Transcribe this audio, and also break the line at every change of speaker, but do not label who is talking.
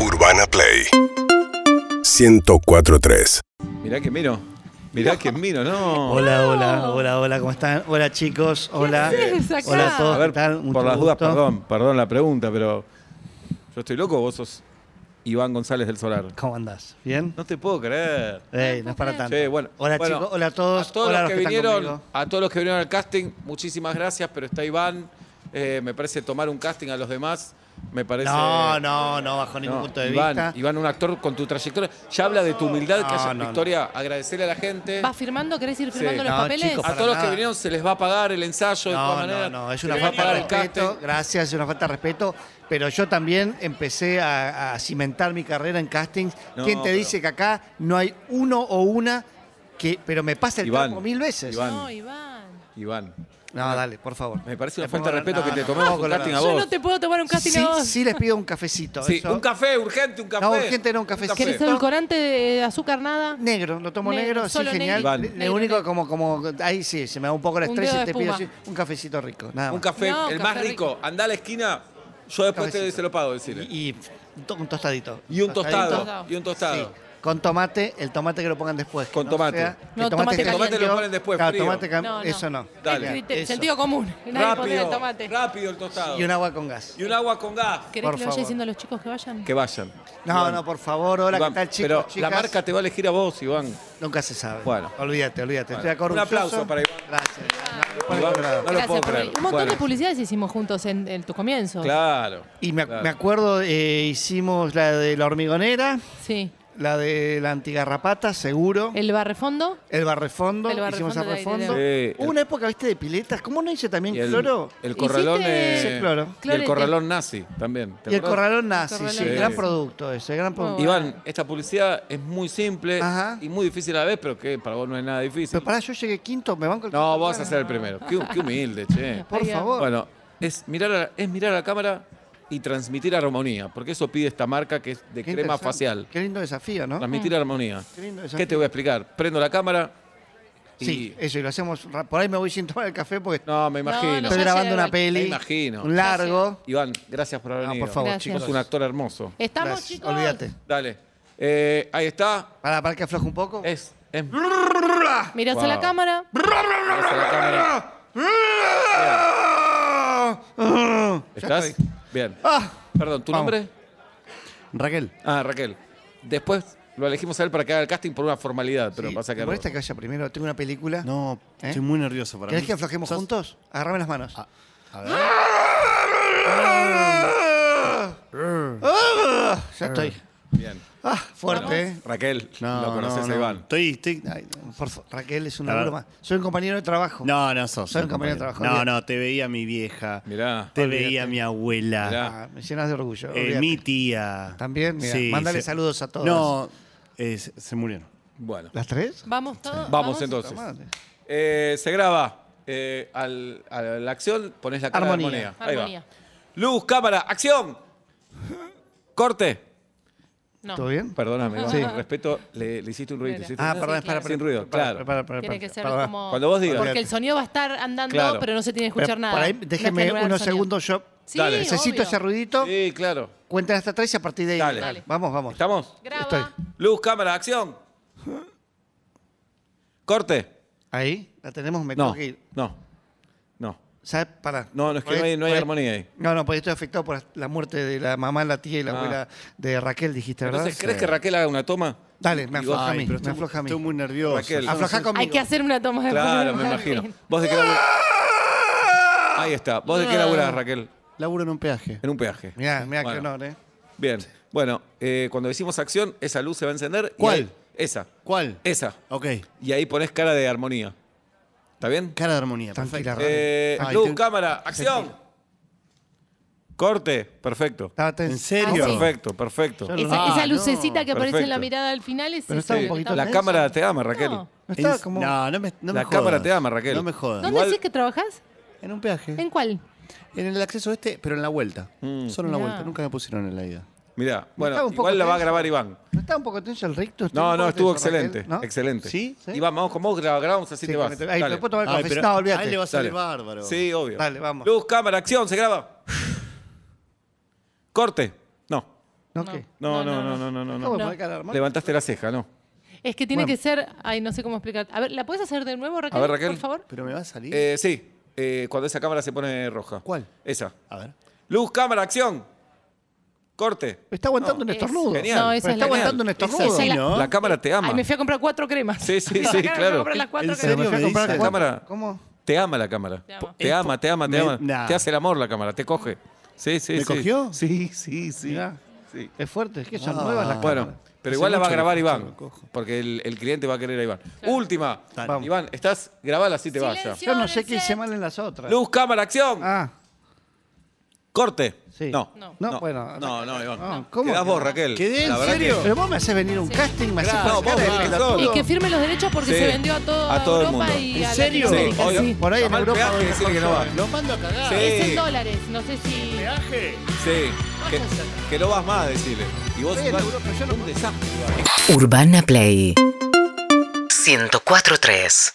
Urbana Play 1043.
Mirá que miro. Mirá que miro, no.
Hola, hola, hola, hola, ¿cómo están? Hola chicos, hola.
haces acá?
Hola a todos,
A ver,
¿qué tal?
por
Mucho
las dudas,
gusto.
perdón, perdón la pregunta, pero yo estoy loco, vos sos Iván González del Solar.
¿Cómo andás? ¿Bien?
No te puedo creer.
Ey, no es para tanto.
Sí, bueno.
Hola
Bueno,
chicos, hola a todos.
a todos
hola
los que,
están
vinieron,
conmigo.
a todos los que vinieron al casting, muchísimas gracias, pero está Iván. Eh, me parece tomar un casting a los demás, me parece.
pues,
No,
eh,
no, no, bajo ningún
No,
punto de
Iván,
vista.
Iván, un actor con tu trayectoria. Ya habla de tu humildad, que
No,
haya
no, no.
Victoria, agradecerle a la gente.
¿Vas firmando? ¿Querés ir firmando
Sí.
los
No,
papeles?
chicos,
A
para
todos los
nada.
que vinieron se les va a pagar el ensayo de todas
No, no,
maneras.
no, es
se
una
les va a
falta
pagar
de
el casting.
respeto, gracias, es una falta de respeto, pero yo también empecé a, a cimentar mi carrera en castings.
No,
¿Quién te
pero-
dice que acá no hay uno o una que, pero me pasa el
Iván,
tiempo mil veces?
Iván.
No, Iván.
Iván,
No, dale, por favor.
me parece una
Me
falta de
pongo-
respeto que
no,
te
no,
tomemos
no,
un
no,
casting
no.
a
Yo
vos.
no te puedo tomar un casting
Sí,
a vos.
sí les pido un cafecito.
Sí,
eso.
un café, urgente, un café.
No, urgente, no, un cafecito.
¿Querés
café.
edulcorante de azúcar nada?
Negro, lo tomo
Negro,
negro, sí,
solo
genial.
negro. Iván.
Le- Lo
Negro,
único
negro.
como, como, ahí sí, se me da un poco el
Un
estrés
dedo
y
de
te pido
espuma.
sí, un cafecito rico, nada más.
Un café,
No,
el
café
más
rico.
rico. Andá a la esquina, yo después te
Cafecito.
se lo pago, decirle.
Y, y un to- un tostadito.
Y un
Tostadito.
tostado. Y un tostado.
Sí, Con tomate, el tomate que lo pongan después. que
Con tomate.
No,
el
tomate
que
caliente.
Tomate lo ponen después,
Claro,
frío.
tomate cam-
No, no.
Eso no.
Dale.
El criterio-
Eso.
Sentido común. Nadie pone el
Rápido,
tomate.
rápido el tostado.
Y un agua con gas.
Y un agua con gas.
Por
¿Querés que le vaya
favor.
diciendo a los chicos que vayan?
Que vayan.
No, no, por favor, hola, ¿qué
Iván,
tal, chicos?
pero la
chicas?
marca te va a elegir a vos, Iván.
Nunca se sabe.
Bueno.
Olvídate, olvídate. Estoy acá
Un
orgulloso.
aplauso para Iván.
Gracias.
Ah.
Iván,
logrado.
no lo puedo
por
creer.
el- Un montón
Bueno,
de publicidades hicimos juntos en, en tus comienzos.
Claro.
Y me, ac-
Claro.
me acuerdo, eh, hicimos la de la hormigonera,
Sí.
la de la antigarrapata, seguro. El,
El barrefondo.
barrefondo,
El barrefondo
hicimos el
de ahí,
barrefondo.
de-
Hubo una época, viste, de piletas. ¿Cómo no hice también
Y el,
cloro?
el corralón.
Hiciste-
eh,
Sí, claro.
Y el
Clorete.
corralón nazi también. ¿te
Y el
acordás?
corralón nazi,
corralón
sí.
nazi.
Gran
Sí.
producto ese, gran producto.
Muy
Iván, esta publicidad es muy simple
Ajá.
y muy difícil a la vez, pero que para vos no es nada difícil.
Pero pará, yo llegué quinto, me banco el
No, vos vas a ser el primero. Qué, qué humilde, che.
Por
Ahí va.
favor.
Bueno, es mirar, a la, es mirar a la cámara y transmitir armonía, porque eso pide esta marca que es de
Qué
crema
interesante.
facial.
Qué lindo desafío, ¿no?
Transmitir armonía.
Qué
¿Qué
lindo desafío.
te voy a explicar? Prendo la cámara y...
Sí, eso, y lo hacemos. ra- Por ahí me voy sin tomar el café porque
No, me imagino.
no,
estoy
ya
grabando
llega
una
el-
peli.
Me imagino.
Un largo.
Iván, gracias por haber
Ah,
venido.
por favor,
Gracias.
chicos.
Sos un actor hermoso.
Estamos,
Gracias,
chicos.
Olvídate.
Dale. Eh, ahí está.
Para, para que afloje un poco.
Es... es-
Mirás a
Wow.
la cámara.
Vamos a la cámara.
Ya
¿Estás?
estoy.
Bien.
Ah,
Perdón, ¿tu
Vamos.
nombre?
Raquel.
Ah, Raquel. Después lo elegimos a él para que haga el casting por una formalidad, pero
Sí,
pasa que...
¿Te molesta que vaya primero? Tengo una película.
No,
¿Eh?
estoy muy nervioso para
¿Querés
mí.
que aflojemos
¿Sos-
juntos? Agarrame las manos.
A ver.
Ah, ya estoy.
Bien.
Ah, fuerte, ¿eh?
Raquel,
No,
lo conoces
no,
a
no.
Iván.
Estoy, estoy-
Ay, no, por favor, Raquel es una
A ver.
broma. Soy un compañero de trabajo.
No, no sos.
Soy
un
un compañero de trabajo,
No,
olvídate.
no, te veía mi vieja.
Mirá.
Te
Olvídate.
veía mi abuela.
Mirá.
Ah, me llenas de orgullo.
eh,
olvídate.
mi tía.
También, mira, mándale saludos a todas.
No, eh, se se murieron.
Bueno.
¿Las tres?
Vamos todos.
Vamos entonces.
Puta madre.
Eh, se graba. eh, al- a la acción pones la cara de
Armonía.
armonía. Ahí va.
Armonía.
Luz, cámara, acción. Corte.
No.
¿Todo bien?
Perdóname, Iván,
Sí.
con respeto, le, le hiciste un ruido.
Mira.
hiciste-
Ah, perdón, espera,
Sin
espera,
ruido,
espera,
claro.
espera, espera,
Tiene que
espera,
ser
perdón.
como.
Cuando vos digas.
Porque el sonido va a estar andando,
Claro.
pero no se tiene que escuchar
Pero
nada.
Eh, por ahí,
No hay que
déjeme
anular el
unos
sonido.
segundos yo.
Sí,
Dale.
Necesito
obvio.
ese ruidito.
Sí, claro.
Cuenten hasta tres y a partir de ahí.
Dale.
Dale.
Vamos, vamos.
¿Estamos?
Graba.
Estoy.
Luz, cámara, acción. Corte.
Ahí, la tenemos, me
No,
tengo que ir.
no, no.
¿Sabes? Pará.
No, no, es que no hay- no hay armonía ahí.
No, no, porque estoy afectado por la muerte de la mamá, la tía y la
Ah.
abuela de Raquel, dijiste, ¿verdad?
Entonces, ¿crees que Raquel haga una toma?
Dale, me
Y vos-
afloja a mí,
pero
me
estoy,
afloja a mí.
estoy muy nervioso.
Raquel.
Afloja conmigo.
Hay que hacer una toma de
Claro, me imagino. Vos de qué laburás? Ahí está. ¿Vos de qué laburás, Raquel?
Laburo en un peaje.
En un peaje.
Ah. Mirá, mirá
Bueno,
qué honor, ¿eh?
Bien. Bueno, eh, cuando decimos acción, esa luz se va a encender. y
¿Cuál?
ahí- esa.
¿Cuál?
Esa.
Ok.
Y ahí pones cara de armonía. ¿Está bien?
Cara de armonía.
Tranquila,
perfecto.
Eh,
Ay,
luz,
te-
cámara, acción. Corte. Perfecto.
Estaba tenso.
¿En serio?
Ah, sí.
Perfecto, perfecto.
Yo
Esa, esa
Ah, no.
lucecita que aparece en la
Perfecto.
mirada al final es este,
Pero
esa
estaba
que
un poquito
estaba
La
tenso.
cámara te ama, Raquel.
No.
No estaba
En-
como...
No, no me, no me
La
jodas.
cámara te ama, Raquel.
No me jodas.
¿Dónde
Igual-
decís que trabajás?
En un peaje.
¿Eh? ¿En cuál?
En el acceso este, pero en la vuelta.
Mm.
Solo en la
Mirá.
vuelta. Nunca me pusieron en la ida.
Mirá,
estaba
bueno,
un poco
igual la va a
tenso.
grabar Iván.
¿No estaba un poco tenso el ricto?
No, no,
un poco
estuvo
tenso, Raquel,
excelente.
¿no?
Excelente.
¿Sí?
¿Sí?
Iván, vamos con vos, gra- grabamos, así
Sí,
te
con
vas.
el- Ahí,
Dale.
¿me puedo tomar el
Ay,
café?
pero
No,
a él le
olvídate.
va a salir
Dale.
bárbaro.
Sí, obvio.
Dale, vamos.
Luz, cámara, acción, se graba. Corte. No.
¿No,
No.
qué?
No, no,
No,
no,
no,
no, no, no.
Acabo de
no.
marcar el arma.
Levantaste la ceja, ¿no?
Es que tiene
Bueno.
que ser. Ay, no sé cómo explicar. A ver, ¿la puedes hacer de nuevo, Raquel?
A ver, Raquel.
Por favor.
Pero me va a salir.
Eh, sí, eh, cuando esa cámara se pone roja.
¿Cuál?
Esa.
a ver.
Luz, cámara, acción. Corte.
Está aguantando un
es-
estornudo.
Genial.
No,
Pero
esa es
está
la
aguantando un
genial.
estornudo.
Esa es la-
¿no?
La cámara te ama.
Ay, me fui a comprar cuatro cremas.
Sí, sí,
Tengo
sí,
acá, me fui a
claro.
comprar las cuatro
¿En
Pero
serio?
cremas.
me fui a
me
comprar
dice?
cuatro-
Cámara.
¿Cómo?
Te ama la cámara.
Te ama.
Te ama, te ama, te
Me-
ama.
nah.
Te hace el amor la cámara, te coge. Sí, sí,
¿Me
sí.
cogió?
Sí, sí, sí.
Mirá.
Sí.
Es fuerte, es que son
Ah.
nuevas las cámaras.
Bueno, pero
Hace
igual la va a
mucho
grabar
que-
Iván,
lo cojo.
porque el, el cliente va a querer a Iván. Última.
Vamos.
Iván, estás grabala así te vaya.
Silencio.
Yo no sé qué hice mal en las otras.
Luz, cámara, acción.
Ah,
Corte.
Sí.
No.
No.
no, bueno.
No, no, Iván.
No, ¿cómo?
Quedás vos, Raquel.
¿Quedé?
La
¿En
verdad que-
serio?
Pero vos me haces venir un casting, me haces
Claro,
pasar
vos
el
vas,
pelotudo.
Y que firme los derechos porque
Sí.
se vendió a toda,
A todo el
Europa
mundo.
y
¿En
a
serio?
Sí,
Latinoamérica,
obvio.
sí.
Por ahí en
Llamá al
Europa
peaje y
voy
decirle que
mejor
no
yo,
va.
¿eh?
Lo mando a cagar.
Sí.
Es en dólares, no sé si.
Peaje.
Sí, que, que no vas más, decirle. Y vos,
Sí,
Iván,
Europa, yo no
un desastre. Iván.
Urbana Play 104.3